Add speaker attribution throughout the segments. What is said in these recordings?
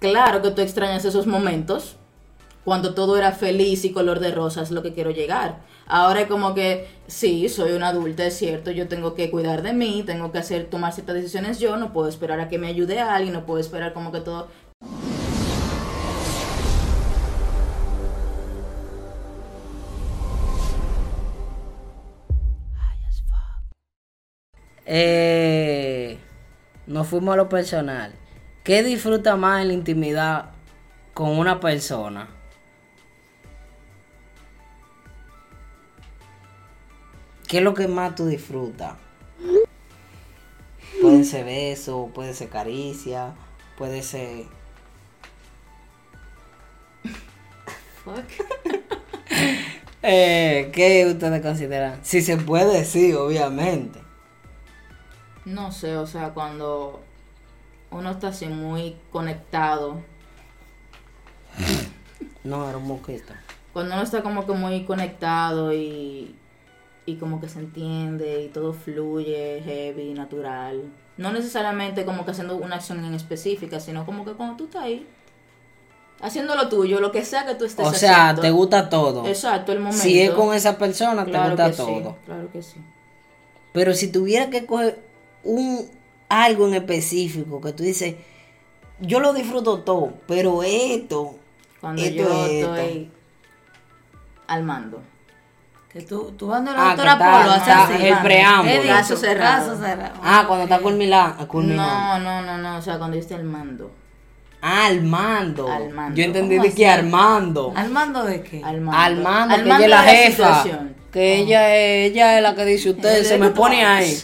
Speaker 1: Claro que tú extrañas esos momentos, cuando todo era feliz y color de rosa es lo que quiero llegar. Ahora es como que, sí, soy una adulta, es cierto, yo tengo que cuidar de mí, tengo que hacer, tomar ciertas decisiones yo, no puedo esperar a que me ayude a alguien, no puedo esperar como que todo...
Speaker 2: Eh, nos fuimos a lo personal. ¿Qué disfruta más en la intimidad con una persona? ¿Qué es lo que más tú disfrutas? Puede ser beso, puede ser caricia, puede ser... Eh, ¿Qué ustedes consideran? Si se puede, sí, obviamente.
Speaker 1: No sé, o sea, cuando uno está así muy conectado,
Speaker 2: No, era un mosquito.
Speaker 1: cuando uno está como que muy conectado y, y como que se entiende y todo fluye, heavy, natural. No necesariamente como que haciendo una acción en específica, sino como que cuando tú estás ahí, haciendo lo tuyo, lo que sea que tú estés
Speaker 2: O sea,
Speaker 1: haciendo.
Speaker 2: te gusta todo.
Speaker 1: Exacto, el momento.
Speaker 2: Si es con esa persona, te
Speaker 1: claro
Speaker 2: gusta
Speaker 1: que
Speaker 2: todo.
Speaker 1: Sí, claro que sí.
Speaker 2: Pero si tuviera que coger un algo en específico que tú dices, yo lo disfruto todo, pero esto,
Speaker 1: Cuando
Speaker 2: esto
Speaker 1: yo
Speaker 2: es esto.
Speaker 1: estoy al mando.
Speaker 3: Que tú, tú vas a
Speaker 2: Ah,
Speaker 3: la doctora
Speaker 2: que está-
Speaker 3: Polo, haces
Speaker 2: está
Speaker 3: así.
Speaker 2: el
Speaker 3: mano.
Speaker 2: preámbulo.
Speaker 3: He dicho,
Speaker 1: Brazo cerrado.
Speaker 3: brazo cerrado.
Speaker 2: Ah, cuando está culminado.
Speaker 1: No,
Speaker 2: culminado.
Speaker 1: no, no, no, o sea, cuando yo estoy al mando.
Speaker 2: Ah, al mando.
Speaker 1: Al mando.
Speaker 2: Yo entendí
Speaker 3: ¿Cómo
Speaker 2: de que
Speaker 3: así?
Speaker 2: Armando.
Speaker 3: ¿Al mando de qué?
Speaker 1: Al mando.
Speaker 2: Al mando,
Speaker 1: Al
Speaker 2: que ella es la
Speaker 1: de
Speaker 2: jefa.
Speaker 1: situación. Oh.
Speaker 2: Que ella, es, ella es la que dice usted,
Speaker 1: Ella
Speaker 2: se
Speaker 1: es
Speaker 2: me
Speaker 1: la-
Speaker 2: pone ahí.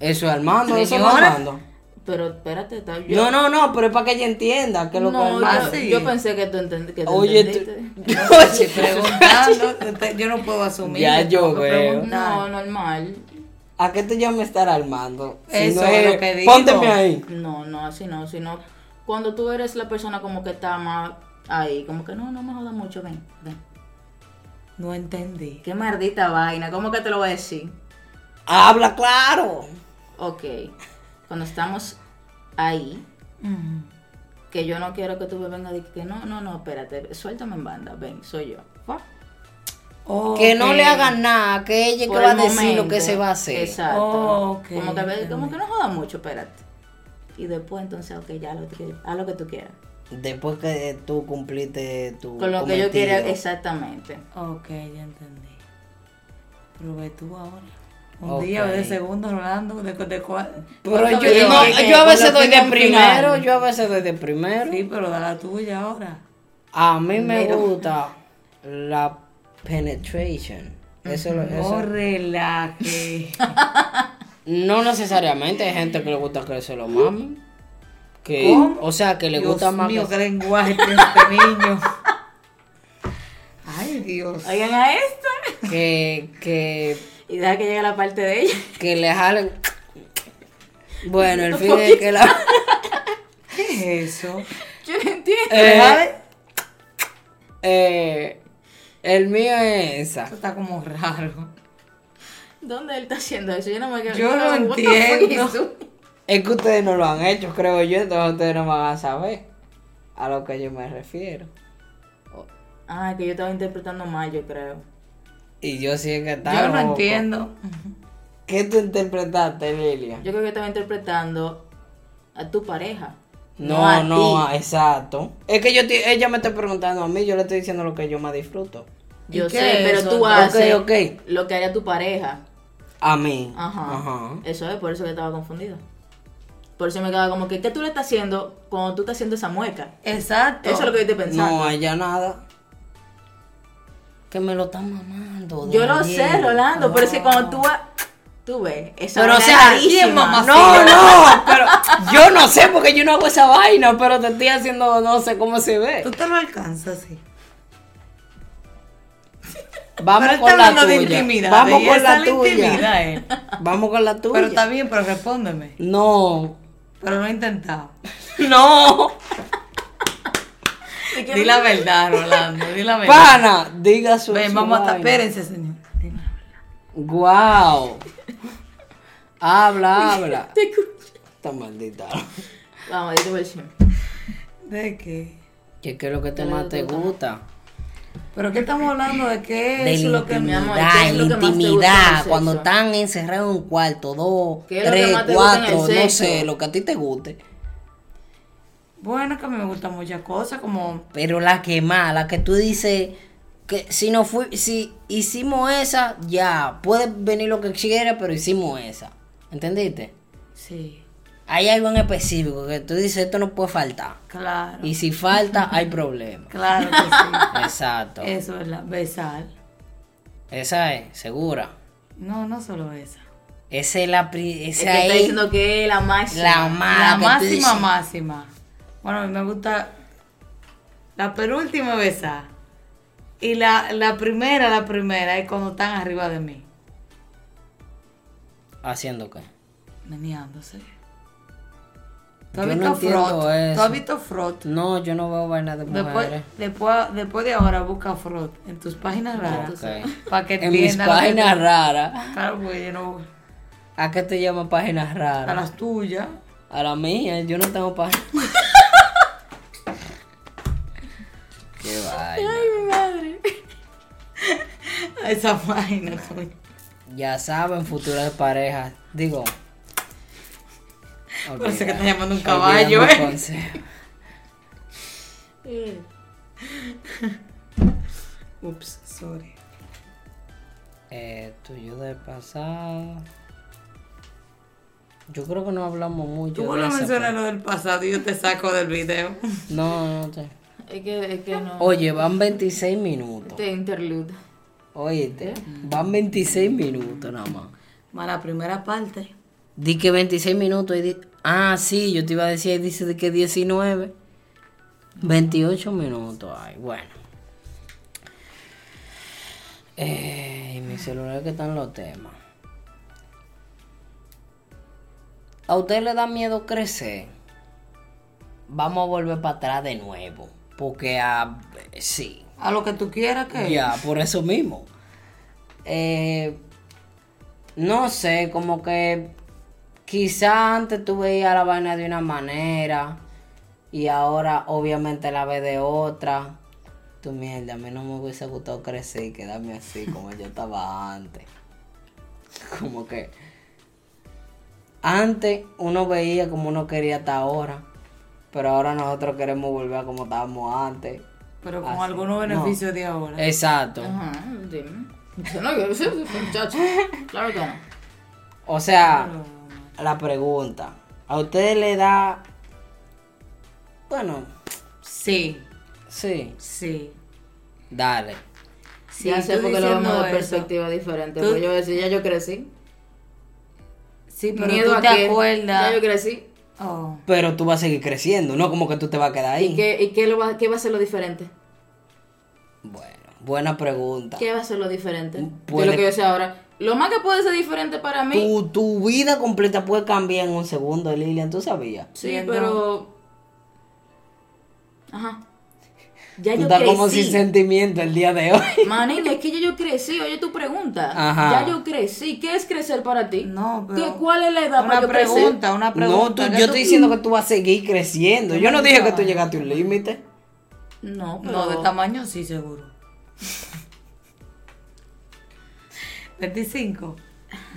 Speaker 2: Eso es Armando, eso no es
Speaker 3: Señora.
Speaker 2: Armando.
Speaker 1: Pero espérate, está bien.
Speaker 2: No, no, no, pero es para que ella entienda que es lo que es
Speaker 1: No,
Speaker 2: Armando.
Speaker 1: yo, yo pensé que tú entendí, que tú
Speaker 2: Oye, tú-
Speaker 1: entendiste.
Speaker 3: Estoy preguntando, te- yo no puedo asumir.
Speaker 2: Ya
Speaker 3: te
Speaker 2: yo
Speaker 3: tengo que
Speaker 2: veo.
Speaker 3: preguntar.
Speaker 1: No, normal.
Speaker 2: ¿A qué tú llamas estar armando?
Speaker 3: Eso es lo que digo.
Speaker 2: Pónteme ahí.
Speaker 1: No, no, así no, sino cuando tú eres la persona como que está más ahí, como que no, no me joda mucho, ven, ven.
Speaker 3: No entendí.
Speaker 1: Qué maldita vaina, ¿cómo que te lo voy a decir?
Speaker 2: Habla claro.
Speaker 1: Ok, cuando estamos ahí, que yo no quiero que tú me vengas a decir que no, no, no, espérate, suéltame en banda, ven, soy yo. Fuck.
Speaker 3: Ok.
Speaker 2: Que no le hagan nada, que ella es que
Speaker 1: Por
Speaker 2: va a
Speaker 1: el
Speaker 2: decir lo
Speaker 1: momento.
Speaker 2: que se va a hacer.
Speaker 1: Exacto.
Speaker 3: Oh, ok,
Speaker 1: Como que a veces,
Speaker 3: entendí.
Speaker 1: como que no joda mucho, espérate. Y después entonces, ok, ya lo que, haz lo que tú quieras.
Speaker 2: Después que tú cumpliste tu
Speaker 1: Con lo que yo
Speaker 2: cometido.
Speaker 1: quiera, exactamente.
Speaker 3: Ok, ya entendí. Pero ve tú ahora. Un
Speaker 2: Ok.
Speaker 3: día de segundo Rolando, de, de cua-
Speaker 2: Pero yo,
Speaker 3: ¿cuánto tiempo
Speaker 2: no,
Speaker 3: que-
Speaker 2: yo a
Speaker 3: por
Speaker 2: veces
Speaker 3: lo
Speaker 2: doy de
Speaker 3: menos
Speaker 2: primero,
Speaker 3: final?
Speaker 2: yo a veces doy de primero.
Speaker 3: Sí, pero da la tuya ahora.
Speaker 2: A mí me gusta la penetration. Eso, lo-
Speaker 3: No
Speaker 2: eso.
Speaker 3: Oh, relaje.
Speaker 2: No necesariamente hay gente que le gusta que se lo mamen. Que,
Speaker 3: ¿Cómo?
Speaker 2: o sea, que le
Speaker 3: Dios
Speaker 2: gusta más
Speaker 3: mío,
Speaker 2: que-
Speaker 3: qué lenguaje tiene este niño. Ay, Dios.
Speaker 1: Oigan a esta.
Speaker 2: que, que
Speaker 1: Y deja que llegue la parte de ella.
Speaker 2: que le jalen. Bueno, el fin es que la.
Speaker 3: ¿Qué es eso?
Speaker 1: Yo no entiendo.
Speaker 2: Eh,
Speaker 3: jalen?
Speaker 2: eh, el mío es esa.
Speaker 3: Eso está como raro.
Speaker 1: ¿Dónde él está haciendo eso? Yo no me
Speaker 3: Yo no
Speaker 1: what the fuck is
Speaker 3: entiendo.
Speaker 1: this?
Speaker 2: Es que ustedes no lo han hecho, creo yo, entonces ustedes no van a saber a lo que yo me refiero.
Speaker 1: Ah, que yo estaba interpretando mal, yo creo.
Speaker 2: Y yo sí es que está.
Speaker 3: Yo no
Speaker 2: loco.
Speaker 3: entiendo.
Speaker 2: ¿Qué tú interpretaste, Lilia?
Speaker 1: Yo creo que estaba interpretando a tu pareja.
Speaker 2: No,
Speaker 1: a ti.
Speaker 2: no, exacto. Es que yo estoy- ella me está preguntando a mí, yo le estoy diciendo lo que yo más disfruto.
Speaker 3: ¿Y
Speaker 1: Yo
Speaker 3: qué
Speaker 1: sé,
Speaker 3: es
Speaker 1: pero
Speaker 3: eso?
Speaker 1: tú
Speaker 3: Ok,
Speaker 1: haces
Speaker 2: ok.
Speaker 1: lo que haría tu pareja.
Speaker 2: A mí.
Speaker 1: Ajá.
Speaker 2: Ajá.
Speaker 1: Eso es, por eso que estaba confundida. Por eso me quedaba como que, ¿qué tú le estás haciendo cuando tú estás haciendo esa mueca?
Speaker 3: Exacto.
Speaker 1: Eso es lo que yo estoy pensando.
Speaker 2: No, allá nada. Que me lo está mamando.
Speaker 1: yo lo
Speaker 2: Daniel.
Speaker 1: sé, Rolando, pero es que cuando tú vas, tú ves, esa
Speaker 2: Pero, o
Speaker 1: vaina
Speaker 2: sea,
Speaker 1: rarísima.
Speaker 3: ¿quién mamá?
Speaker 2: No, no, pero yo no sé porque yo no hago esa vaina, pero te estoy haciendo, no sé cómo se ve.
Speaker 3: Tú te lo alcanzas, sí.
Speaker 2: Vamos
Speaker 3: Pero él está
Speaker 2: con la
Speaker 3: hablando de
Speaker 2: tuya.
Speaker 3: intimidad.
Speaker 2: Vamos
Speaker 3: y
Speaker 2: con
Speaker 3: esa es
Speaker 2: la tuya.
Speaker 3: intimidad, eh.
Speaker 2: Vamos con la
Speaker 3: Pero está
Speaker 2: tuya.
Speaker 3: bien, pero respóndeme.
Speaker 2: No,
Speaker 3: Pero lo he intentado.
Speaker 2: no,
Speaker 1: Y que-
Speaker 3: Di la verdad, Rolando. Di la verdad.
Speaker 2: pana, diga su.
Speaker 3: Ven,
Speaker 2: su
Speaker 3: vamos a
Speaker 2: vaina.
Speaker 3: espérense, señor. Di la verdad.
Speaker 2: Guau. Habla, habla. Esta maldita.
Speaker 1: Vamos, yo te voy a decir.
Speaker 3: ¿De qué?
Speaker 2: ¿Qué es lo que te
Speaker 1: ¿Qué
Speaker 2: más
Speaker 1: le
Speaker 2: te
Speaker 1: gusta?
Speaker 2: gusta?
Speaker 3: ¿Pero qué estamos hablando? ¿De qué
Speaker 2: De
Speaker 3: es
Speaker 2: la
Speaker 3: lo que me
Speaker 1: amor,
Speaker 2: intimidad,
Speaker 1: ¿qué es
Speaker 2: la
Speaker 1: lo que más te gusta del
Speaker 2: intimidad,
Speaker 1: sexo?
Speaker 2: cuando están encerrados en un cuarto, dos,
Speaker 1: ¿Qué es lo que
Speaker 2: tres,
Speaker 1: más te gusta en el
Speaker 2: cuatro, no
Speaker 1: sexo?
Speaker 2: sé, lo que a ti te guste.
Speaker 3: Bueno, que a mí me gustan muchas cosas, como...
Speaker 2: Pero la que más, la que tú dices que si no fui, si hicimos esa, ya, puede venir lo que quiera, pero hicimos esa. ¿Entendiste?
Speaker 3: Sí,
Speaker 2: Hay algo en específico que tú dices, esto no puede faltar.
Speaker 3: claro.
Speaker 2: Y si falta, hay problema.
Speaker 3: Claro que
Speaker 2: Exacto.
Speaker 3: sí. Eso es la... Besar.
Speaker 2: Esa es, segura.
Speaker 3: No, no solo esa.
Speaker 2: Esa es la pri-
Speaker 1: Es que
Speaker 2: esa
Speaker 1: está
Speaker 2: es
Speaker 1: diciendo que es la máxima.
Speaker 2: la más
Speaker 3: la
Speaker 2: que tú dices,
Speaker 3: máxima, máxima. Bueno, a mí me gusta la penúltima besar. Y la, la primera, la primera es cuando están arriba de mí,
Speaker 2: haciendo qué.
Speaker 3: meneándose.
Speaker 2: Yo
Speaker 3: ¿Tú has
Speaker 2: no
Speaker 3: visto
Speaker 2: entiendo
Speaker 3: frot? ¿Tú
Speaker 2: eso.
Speaker 3: has visto frot?
Speaker 2: No, yo no veo vaina de
Speaker 3: Después,
Speaker 2: mujeres.
Speaker 3: después, después de ahora busca frot en tus páginas raras.
Speaker 2: Ok.
Speaker 3: Para que
Speaker 2: En mis
Speaker 3: entiendan lo que te-
Speaker 2: páginas raras.
Speaker 3: Claro, porque yo no.
Speaker 2: ¿A qué te llaman páginas
Speaker 3: A
Speaker 2: raras?
Speaker 3: las tuyas.
Speaker 2: A la mía, yo no tengo páginas. qué vaina.
Speaker 3: A esa página, coño.
Speaker 2: Ya saben, futuras parejas. Digo.
Speaker 3: Parece Pues que
Speaker 2: olvida-
Speaker 3: está llamando un
Speaker 2: olvida
Speaker 3: caballo,
Speaker 2: mi
Speaker 3: ¿eh?
Speaker 2: consejo.
Speaker 3: Ups, sorry.
Speaker 2: Eh, tuyo del pasado. Yo creo que no hablamos mucho.
Speaker 3: Tú
Speaker 2: de
Speaker 3: vuelves a
Speaker 2: esa
Speaker 3: mencionar lo del pasado y yo te saco del video.
Speaker 2: parte. No, no te.
Speaker 1: Es que, es que
Speaker 3: Ah.
Speaker 1: no.
Speaker 3: Oh.
Speaker 2: Oye, van 26 minutos.
Speaker 1: Este interlude.
Speaker 2: Oíste, van 26 minutos nada más.
Speaker 3: Más la primera parte.
Speaker 2: Di que 26 minutos y di- Ah, sí, yo te iba a decir, ahí dice de que 19. 28 minutos, ay, bueno. Eh, y mi celular que están los temas. ¿A usted le da miedo crecer? Vamos a volver para atrás de nuevo. Porque ah, sí,
Speaker 3: A lo que tú quieras que.
Speaker 2: ya, por eso mismo. Eh, no sé, como que quizá antes tú veías la vaina de una manera y ahora obviamente la ves de otra. Tu mierda, a mí no me hubiese gustado crecer y quedarme así como yo estaba antes. Como que antes uno veía como uno quería hasta ahora, pero ahora nosotros queremos volver a como estábamos antes.
Speaker 3: Pero con algunos beneficios de ahora.
Speaker 2: Exacto.
Speaker 1: Ajá, dime. Yo no, yo sí, sí, sí, muchacho. Claro que no.
Speaker 2: O sea, la pregunta. ¿A ustedes le da... Bueno,
Speaker 3: Sí,
Speaker 2: sí.
Speaker 3: sí.
Speaker 2: Dale.
Speaker 3: Sí,
Speaker 1: ya sé
Speaker 3: tú
Speaker 1: porque lo vemos de
Speaker 3: diciendo eso.
Speaker 1: perspectiva diferente.
Speaker 3: Tú-
Speaker 1: Pues yo decía, ya yo crecí.
Speaker 3: Sí, pero
Speaker 1: Miedo
Speaker 3: tú
Speaker 1: a
Speaker 3: te
Speaker 1: qué.
Speaker 3: acuerdas.
Speaker 1: Ya yo crecí.
Speaker 3: Oh,
Speaker 2: Pero tú vas a seguir creciendo, ¿no? Como que tú te vas a quedar
Speaker 1: ¿Y,
Speaker 2: ahí.
Speaker 1: qué, y qué, lo va, qué va a ser lo diferente?
Speaker 2: Bueno, buena pregunta.
Speaker 1: ¿Qué va a ser lo diferente?
Speaker 2: Puede-
Speaker 1: De lo que yo sé ahora. Lo más que puede ser diferente para mí.
Speaker 2: Tu, tu vida completa puede cambiar en un segundo, Lilian, tú sabías.
Speaker 1: Sí,
Speaker 3: Viendo-
Speaker 1: pero. Ajá. Ya yo
Speaker 2: Tú estás
Speaker 1: crecí.
Speaker 2: como sin sentimiento el día de hoy.
Speaker 1: Manito, es que ya yo crecí. Oye, tu pregunta.
Speaker 2: Ajá.
Speaker 1: Ya yo crecí. ¿Qué es crecer para ti?
Speaker 3: no, pero.
Speaker 1: ¿Qué, ¿Cuál es la edad para
Speaker 3: Una
Speaker 1: yo crecer?
Speaker 3: pregunta, una pregunta.
Speaker 2: No, tú-
Speaker 3: ¿Qué
Speaker 2: yo estoy diciendo que tú vas a seguir creciendo. Yo no dije que tú llegaste a un límite.
Speaker 1: No, pero.
Speaker 3: No, de tamaño sí, seguro. 25.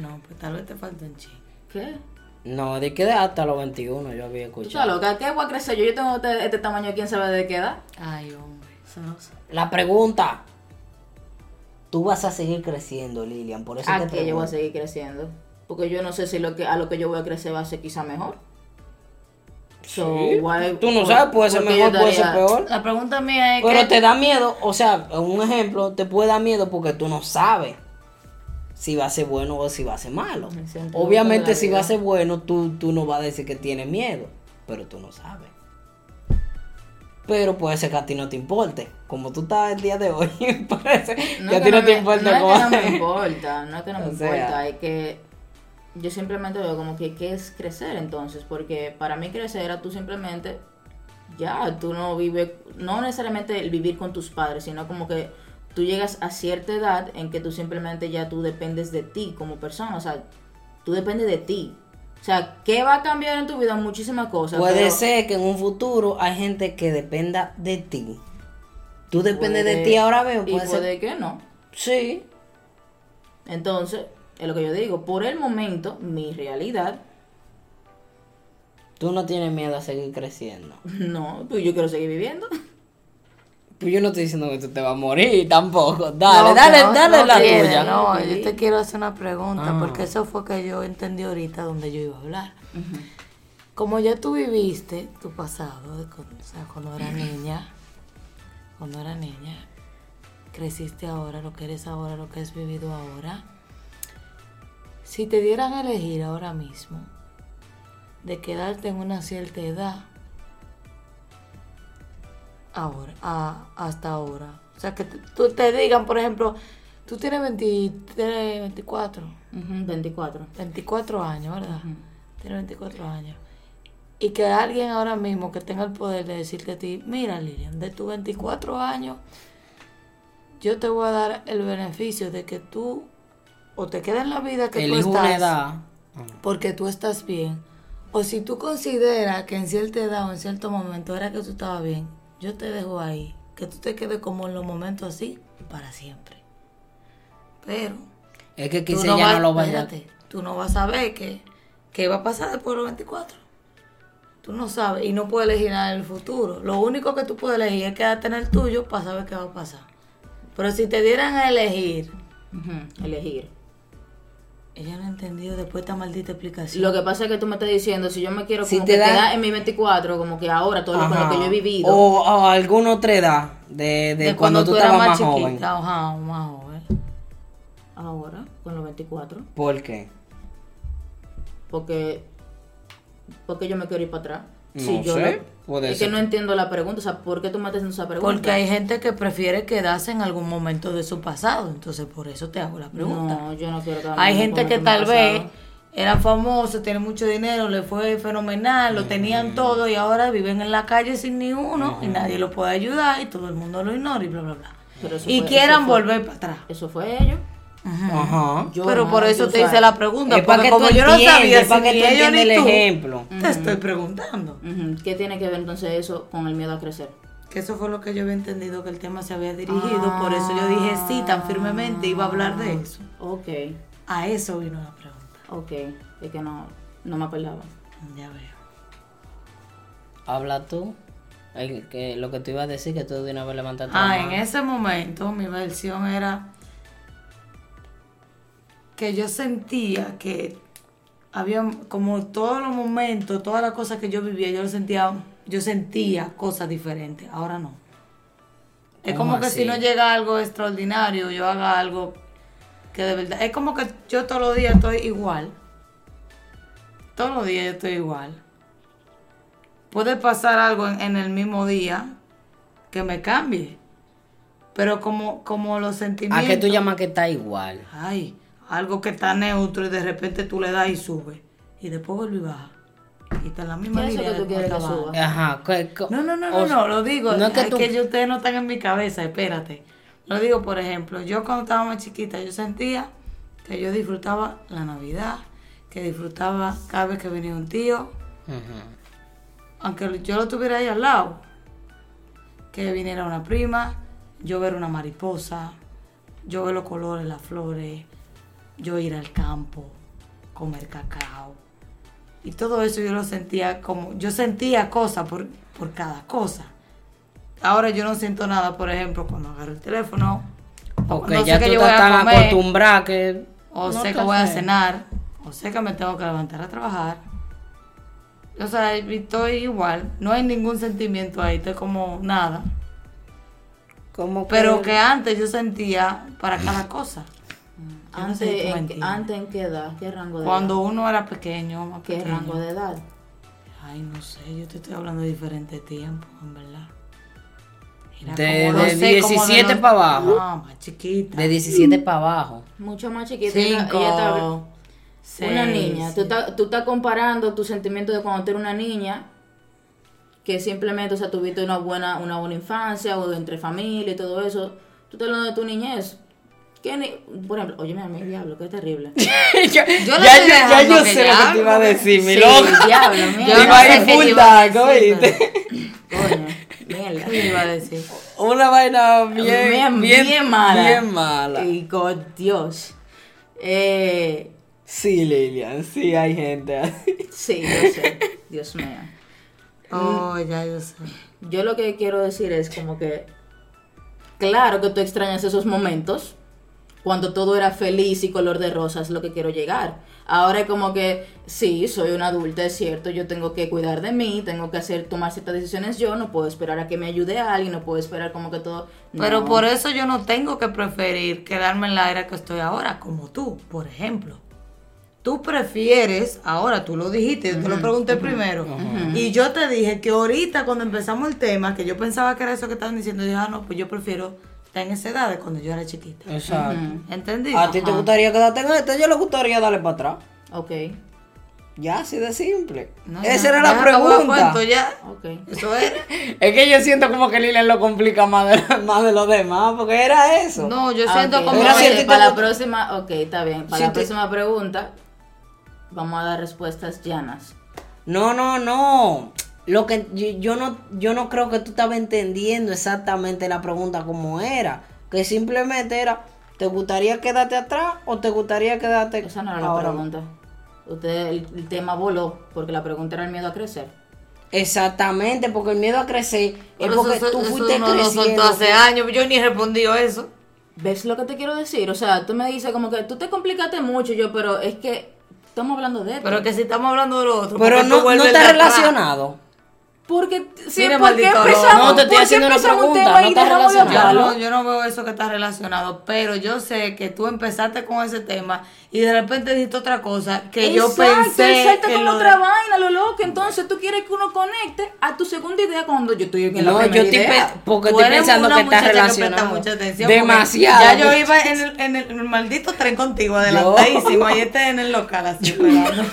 Speaker 3: No, pues tal vez te falta un ching.
Speaker 1: ¿Qué?
Speaker 2: No, de que hasta los 21 yo había
Speaker 1: Tú
Speaker 2: escuchado.
Speaker 1: estás loca. ¿Qué voy a crecer yo? Yo tengo este, este tamaño, quién sabe de qué edad.
Speaker 3: Ay, hombre.
Speaker 2: La pregunta. Tú vas a seguir creciendo, Lilian, por eso
Speaker 1: ¿A
Speaker 2: te
Speaker 1: qué yo voy a
Speaker 2: pregunto.
Speaker 1: seguir creciendo? Porque yo no sé si lo que, a lo que yo voy a crecer va a ser quizá mejor. So, why-
Speaker 2: Tú no
Speaker 1: por-
Speaker 2: sabes, puede ser
Speaker 1: porque
Speaker 2: mejor,
Speaker 1: yo
Speaker 2: puede ser
Speaker 1: estaría-
Speaker 2: peor.
Speaker 3: La pregunta mía es
Speaker 2: Pero
Speaker 3: que.
Speaker 2: te da miedo, o sea, un ejemplo, te puede dar miedo porque tú no sabes si va a ser bueno o si va a ser malo.
Speaker 1: Me siento
Speaker 2: Obviamente
Speaker 1: de la
Speaker 2: si
Speaker 1: vida.
Speaker 2: va a ser bueno, tú, tú no vas a decir que tienes miedo, pero tú no sabes. Pero puede ser que a ti no te importe, como tú estás el día de hoy, parece
Speaker 1: No
Speaker 2: que a
Speaker 1: es que
Speaker 2: ti no,
Speaker 1: no
Speaker 2: te
Speaker 1: me-
Speaker 2: importa
Speaker 1: no es
Speaker 2: cómo-
Speaker 1: que no me importa, no es que no me
Speaker 2: O sea.
Speaker 1: importa, es que yo simplemente veo como que qué es crecer entonces, porque para mí crecer era tú simplemente, ya, tú no vives, no necesariamente el vivir con tus padres, sino como que tú llegas a cierta edad en que tú simplemente ya tú dependes de ti como persona, o sea, tú dependes de ti, O sea, ¿qué va a cambiar en tu vida? Muchísimas cosas.
Speaker 2: Puede
Speaker 1: pero
Speaker 2: ser que en un futuro hay gente que dependa de ti. Tú dependes de
Speaker 1: puede-
Speaker 2: ti ahora mismo.
Speaker 1: Y
Speaker 2: puede ser-
Speaker 1: puede que no.
Speaker 2: Sí.
Speaker 1: Entonces, es lo que yo digo. Por el momento, mi realidad,
Speaker 2: Tú no tienes miedo a seguir creciendo.
Speaker 1: no. Pues yo quiero seguir viviendo.
Speaker 2: Pues yo no estoy diciendo que tú te vas a morir tampoco. Dale, dale,
Speaker 3: pero
Speaker 2: dale
Speaker 3: no
Speaker 2: la
Speaker 3: quiere,
Speaker 2: tuya.
Speaker 3: Ah. No, yo te quiero hacer una pregunta, porque eso fue que yo entendí ahorita donde yo iba a hablar. Como ya tú viviste tu pasado, de cuando- o sea, cuando era niña, cuando era niña, creciste ahora, lo que eres ahora, lo que has vivido ahora. Si te dieran a elegir ahora mismo de quedarte en una cierta edad, ahora, a- hasta ahora. O sea, que t- tú te digan, por ejemplo, tú tienes 23, 24,
Speaker 1: Ujú, 24.
Speaker 3: 24 años, ¿verdad? Tienes 24 años. Y que alguien ahora mismo que tenga el poder de decirte a ti, mira Lilian, de tus 24 años, yo te voy a dar el beneficio de que tú o te quedes en la vida que
Speaker 2: Elige
Speaker 3: tú
Speaker 2: una
Speaker 3: estás
Speaker 2: edad.
Speaker 3: porque tú estás bien. O si tú consideras que en cierta edad o en cierto momento era que tú estabas bien, yo te dejo ahí. Que tú te quedes como en los momentos así para siempre. Pero
Speaker 2: Es que
Speaker 3: tú
Speaker 2: quizá
Speaker 3: no,
Speaker 2: ya
Speaker 3: vas,
Speaker 2: no lo vaya.
Speaker 3: espérate, tú no vas a saber qué qué va a pasar después de los 24. Tú no sabes y no puedes elegir nada del futuro. Lo único que tú puedes elegir es quedarte en el tuyo para saber qué va a pasar. Pero si te dieran a elegir,
Speaker 1: Ujú, Elegir.
Speaker 3: ella no entendió después esta maldita explicación.
Speaker 1: Lo que pasa es que tú me estás diciendo, si yo me quiero
Speaker 2: Si
Speaker 1: como
Speaker 2: te
Speaker 1: que
Speaker 2: dan-
Speaker 1: quedar en mi 24, como que ahora, todo lo, con lo
Speaker 2: Ajá.
Speaker 1: que yo he vivido.
Speaker 2: O, o alguna otra edad. De, de cuando, tú,
Speaker 3: eras
Speaker 2: estabas más, joven.
Speaker 3: ajá, o más joven.
Speaker 1: Ahora, con los 24.
Speaker 2: ¿Por qué?
Speaker 1: Porque, porque yo me quiero ir para atrás.
Speaker 2: No
Speaker 1: Si yo
Speaker 2: sé,
Speaker 1: lo-
Speaker 2: puede
Speaker 1: es
Speaker 2: ser.
Speaker 1: que no entiendo la pregunta, o sea, ¿por qué tú me estás haciendo esa pregunta?
Speaker 3: Porque hay gente que prefiere quedarse en algún momento de su pasado, entonces por eso te hago la pregunta.
Speaker 1: No, yo no quiero quedarme
Speaker 3: hay
Speaker 1: en un
Speaker 3: gente que
Speaker 1: momento
Speaker 3: tal
Speaker 1: pasado.
Speaker 3: vez era famoso, tiene mucho dinero, le fue fenomenal, lo tenían todo y ahora viven en la calle sin ni uno y nadie lo puede ayudar y todo el mundo lo ignora y bla, bla, bla.
Speaker 1: Pero eso
Speaker 3: Y
Speaker 1: fue-
Speaker 3: quieran
Speaker 1: eso fue-
Speaker 3: volver para atrás.
Speaker 1: Eso fue ellos.
Speaker 2: Ajá.
Speaker 1: Yo
Speaker 3: Pero
Speaker 1: no,
Speaker 3: por
Speaker 1: tú
Speaker 3: eso te
Speaker 1: sabes.
Speaker 3: hice la pregunta,
Speaker 2: Es para
Speaker 3: porque
Speaker 2: que
Speaker 3: como
Speaker 2: tú
Speaker 3: yo no
Speaker 2: entiendas,
Speaker 3: sabía
Speaker 2: es para
Speaker 3: si
Speaker 2: que
Speaker 3: ni
Speaker 2: tú
Speaker 3: ellos ni
Speaker 2: entiendas el
Speaker 3: tú,
Speaker 2: ejemplo.
Speaker 3: te estoy preguntando.
Speaker 1: Ujú, ¿Qué tiene que ver entonces eso con el miedo a crecer?
Speaker 3: Que eso fue lo que yo había entendido que el tema se había dirigido, por eso yo dije sí tan firmemente, iba a hablar de eso.
Speaker 1: Ok,
Speaker 3: A eso vino la pregunta.
Speaker 1: ok. Es que no, no me acordaba.
Speaker 3: Ya veo.
Speaker 2: Habla tú. Ay, que lo que tú ibas a decir, que tú de una vez levantaste la
Speaker 3: Ah,
Speaker 2: mano.
Speaker 3: en ese momento mi versión era que yo sentía que había como todos los momentos, todas las cosas que yo vivía, yo lo sentía, yo sentía cosas diferentes, ahora no. Es
Speaker 2: ¿Cómo
Speaker 3: como que
Speaker 2: así?
Speaker 3: si no llega algo extraordinario, yo haga algo que de verdad. Es como que yo todos los días estoy igual. Todos los días yo estoy igual. Puede pasar algo en, en el mismo día que me cambie. Pero como, como los
Speaker 2: ¿A
Speaker 3: sentimientos.
Speaker 2: qué tú llamas Ah, que está igual?
Speaker 3: Ay, algo que está neutro y de repente tú le das y sube. Y después vuelve y baja. Y está en la misma
Speaker 1: ¿Qué es eso
Speaker 3: línea.
Speaker 1: que tú
Speaker 3: de
Speaker 1: quieres que
Speaker 3: cómo estaba
Speaker 1: suba?
Speaker 2: Ajá. ¿qué- qué-
Speaker 3: no, no, no,
Speaker 2: o-
Speaker 3: no, no, lo digo.
Speaker 2: No es que
Speaker 3: ay,
Speaker 2: tú.
Speaker 3: que yo- ustedes no están en mi cabeza, espérate. Lo digo, por ejemplo, yo cuando estaba más chiquita, yo sentía que yo disfrutaba la Navidad, que disfrutaba cada vez que venía un tío,
Speaker 2: Ujú.
Speaker 3: aunque yo lo tuviera ahí al lado, que viniera una prima, yo ver una mariposa, yo ver los colores, las flores, yo ir al campo, comer cacao. Y todo eso yo lo sentía como, yo sentía cosas por, por cada cosa. Ahora yo no siento nada, por ejemplo, cuando agarro el teléfono, o
Speaker 2: Porque
Speaker 3: cuando
Speaker 2: ya
Speaker 3: sé que
Speaker 2: tú
Speaker 3: yo voy
Speaker 2: estás
Speaker 3: a
Speaker 2: tan
Speaker 3: comer,
Speaker 2: acostumbrada que.
Speaker 3: o
Speaker 2: no
Speaker 3: sé que
Speaker 2: te
Speaker 3: voy a
Speaker 2: sé.
Speaker 3: cenar, o sé que me tengo que levantar a trabajar. O sea, y estoy igual, no hay ningún sentimiento ahí, estoy como nada.
Speaker 2: Como
Speaker 3: Pero que antes yo sentía para cada cosa. Yo no
Speaker 1: Antes,
Speaker 3: sé si tú me
Speaker 1: en,
Speaker 3: entiendes.
Speaker 1: antes en qué edad, qué rango de edad.
Speaker 3: Cuando uno era pequeño, más
Speaker 1: ¿Qué
Speaker 3: pequeño.
Speaker 1: rango de edad?
Speaker 3: Ay, no sé, yo te estoy hablando de diferentes tiempos, en verdad. Era
Speaker 2: De-
Speaker 3: como,
Speaker 2: de
Speaker 3: como
Speaker 2: 17
Speaker 3: no-
Speaker 2: pa' abajo.
Speaker 3: No, más chiquita.
Speaker 2: De 17 para abajo.
Speaker 1: Mucho más chiquita. ella-
Speaker 3: Cinco,
Speaker 1: ella está-
Speaker 3: seis,
Speaker 1: una niña. Tú estás tú estás comparando tu sentimiento de cuando tú eras una niña, que simplemente, o sea, tuviste una buena, una buena infancia, o entre familia y todo eso. Tú estás hablando de tu niñez, Que ni- por ejemplo, óyeme a mí, diablo, qué terrible.
Speaker 2: yo,
Speaker 4: Yo lo
Speaker 2: ya,
Speaker 4: estoy
Speaker 2: yo- ya
Speaker 4: dejando
Speaker 2: yo
Speaker 4: que
Speaker 2: sé
Speaker 4: ya
Speaker 2: lo que te iba a
Speaker 4: hable.
Speaker 2: decir, mi
Speaker 1: Sí,
Speaker 2: loco.
Speaker 1: diablo,
Speaker 4: Yo
Speaker 1: mierda.
Speaker 4: no
Speaker 2: Iba a
Speaker 4: sé
Speaker 2: ir
Speaker 4: qué
Speaker 2: full
Speaker 4: yo iba a
Speaker 2: dark,
Speaker 4: decir, pero-
Speaker 2: ¿oíste?
Speaker 1: Coño, mierda.
Speaker 3: ¿Qué iba a decir?
Speaker 2: Una vaina bien,
Speaker 1: bien, bien mala.
Speaker 2: Bien mala.
Speaker 1: Y con Dios. Eh,
Speaker 2: Sí, Lilian, sí hay gente así.
Speaker 1: sí, yo sé. Dios mío.
Speaker 3: Oh, ya yo sé.
Speaker 1: Yo lo que quiero decir es como que, claro que tú extrañas esos momentos, cuando todo era feliz y color de rosa, es lo que quiero llegar. Ahora es como que, sí, soy una adulta, es cierto, yo tengo que cuidar de mí, tengo que hacer, tomar ciertas decisiones yo, no puedo esperar a que me ayude alguien, no puedo esperar como que todo... no.
Speaker 3: Pero por eso yo no tengo que preferir quedarme en la era que estoy ahora, como tú, por ejemplo. Tú prefieres, ahora tú lo dijiste, yo te lo pregunté primero. Y yo te dije que ahorita cuando empezamos el tema, que yo pensaba que era eso que estaban diciendo, yo dije, ah, no, pues yo prefiero estar en esa edad de cuando yo era chiquita.
Speaker 2: Exacto.
Speaker 3: ¿Entendí?
Speaker 2: A ti te gustaría quedarte en esto, yo le gustaría darle para atrás.
Speaker 1: Ok,
Speaker 2: Ya, así de simple.
Speaker 3: No,
Speaker 2: Esa
Speaker 3: ya,
Speaker 2: era
Speaker 3: ya
Speaker 2: la
Speaker 3: acabó el
Speaker 2: pregunta.
Speaker 3: cuento, ya.
Speaker 1: ok.
Speaker 3: Eso era.
Speaker 2: Es que yo siento como que Lilian lo complica más de, más de los demás, porque era eso.
Speaker 3: No, yo
Speaker 1: Ah,
Speaker 3: siento
Speaker 1: ok.
Speaker 3: como
Speaker 2: Pero
Speaker 1: Oye,
Speaker 2: si a ti te
Speaker 3: que...
Speaker 1: para la
Speaker 2: gusta-
Speaker 1: próxima, ok, está bien. Para
Speaker 2: Si
Speaker 1: la
Speaker 2: te-
Speaker 1: próxima pregunta, vamos a dar respuestas llanas.
Speaker 2: No, no, no. Lo que yo, yo no yo no creo que tú estabas entendiendo exactamente la pregunta como era, que simplemente era ¿te gustaría quedarte atrás o te gustaría quedarte
Speaker 1: Esa no era la
Speaker 2: ahora?
Speaker 1: pregunta. Usted, el, el tema voló, porque la pregunta era el miedo a crecer.
Speaker 2: Exactamente, porque el miedo a crecer es
Speaker 3: Pero
Speaker 2: porque
Speaker 3: eso-
Speaker 2: tú
Speaker 3: eso
Speaker 2: fuiste
Speaker 3: uno lo soltó
Speaker 2: creciendo.
Speaker 3: hace años, yo ni he respondido eso.
Speaker 1: ¿Ves lo que te quiero decir? O sea, tú me dices como que tú te complicaste mucho, y yo, pero es que estamos hablando de esto.
Speaker 3: Pero que si estamos hablando de lo otro.
Speaker 2: Pero
Speaker 3: ¿por qué tú
Speaker 2: no, no
Speaker 3: vuelves de
Speaker 2: está
Speaker 3: atrás?
Speaker 2: relacionado.
Speaker 1: porque sí,
Speaker 3: Mira,
Speaker 1: ¿por qué
Speaker 3: maldito loco.
Speaker 1: empezamos?
Speaker 2: No, te estoy
Speaker 1: ¿Por qué
Speaker 2: haciendo una
Speaker 1: empezamos un
Speaker 2: pregunta,
Speaker 1: tema
Speaker 2: no
Speaker 1: y
Speaker 2: está
Speaker 1: dejamos de
Speaker 3: Yo
Speaker 2: relacionado.
Speaker 1: hablarlo?
Speaker 3: no, yo no veo eso que está relacionado, pero yo sé que tú empezaste con ese tema y de repente dijiste otra cosa que yo
Speaker 1: Exacto,
Speaker 3: pensé.
Speaker 1: exacto,
Speaker 3: que
Speaker 1: con
Speaker 3: lo-
Speaker 1: otra vaina, lo loco. Entonces tú quieres que uno conecte a tu segunda idea cuando yo estoy en la
Speaker 2: No, yo
Speaker 1: primera
Speaker 2: estoy
Speaker 1: idea.
Speaker 2: pe- porque
Speaker 3: Tú
Speaker 2: estoy
Speaker 3: eres
Speaker 2: pensando
Speaker 3: una
Speaker 2: que está
Speaker 3: muchacha presta
Speaker 2: relacionado.
Speaker 3: mucha atención, porque
Speaker 2: Demasiado.
Speaker 3: Ya yo iba en el, en el maldito tren contigo, adelantadísimo. Y este en el local así esperando.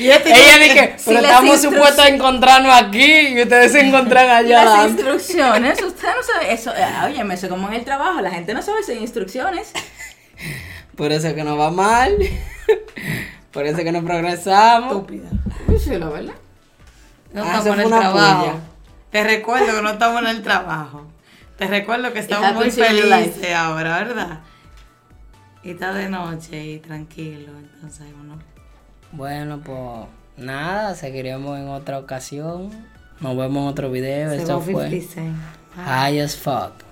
Speaker 3: y este
Speaker 2: Ella dije,
Speaker 1: Si
Speaker 2: pero
Speaker 1: las
Speaker 2: estamos
Speaker 1: instruc-
Speaker 2: supuestos a encontrarnos aquí y ustedes se encuentran allá.
Speaker 1: Las instrucciones, usted no sabe eso. eh, Óyeme, eso como en el trabajo, la gente no sabe si hay instrucciones.
Speaker 2: Por eso que nos va mal. Por eso que no progresamos.
Speaker 3: estúpida.
Speaker 1: Sí, la verdad.
Speaker 3: No
Speaker 2: Ah, eso
Speaker 3: estamos en
Speaker 2: fue
Speaker 3: el
Speaker 2: una
Speaker 3: trabajo.
Speaker 2: puya.
Speaker 3: Te recuerdo que no estamos en el trabajo. Te recuerdo que estamos muy
Speaker 1: happens in real
Speaker 3: felices ahora, ¿verdad? Y está de noche y tranquilo, entonces uno.
Speaker 2: Bueno, pues nada, seguiremos en otra ocasión. Nos vemos en otro video. Esto fue High as Fuck.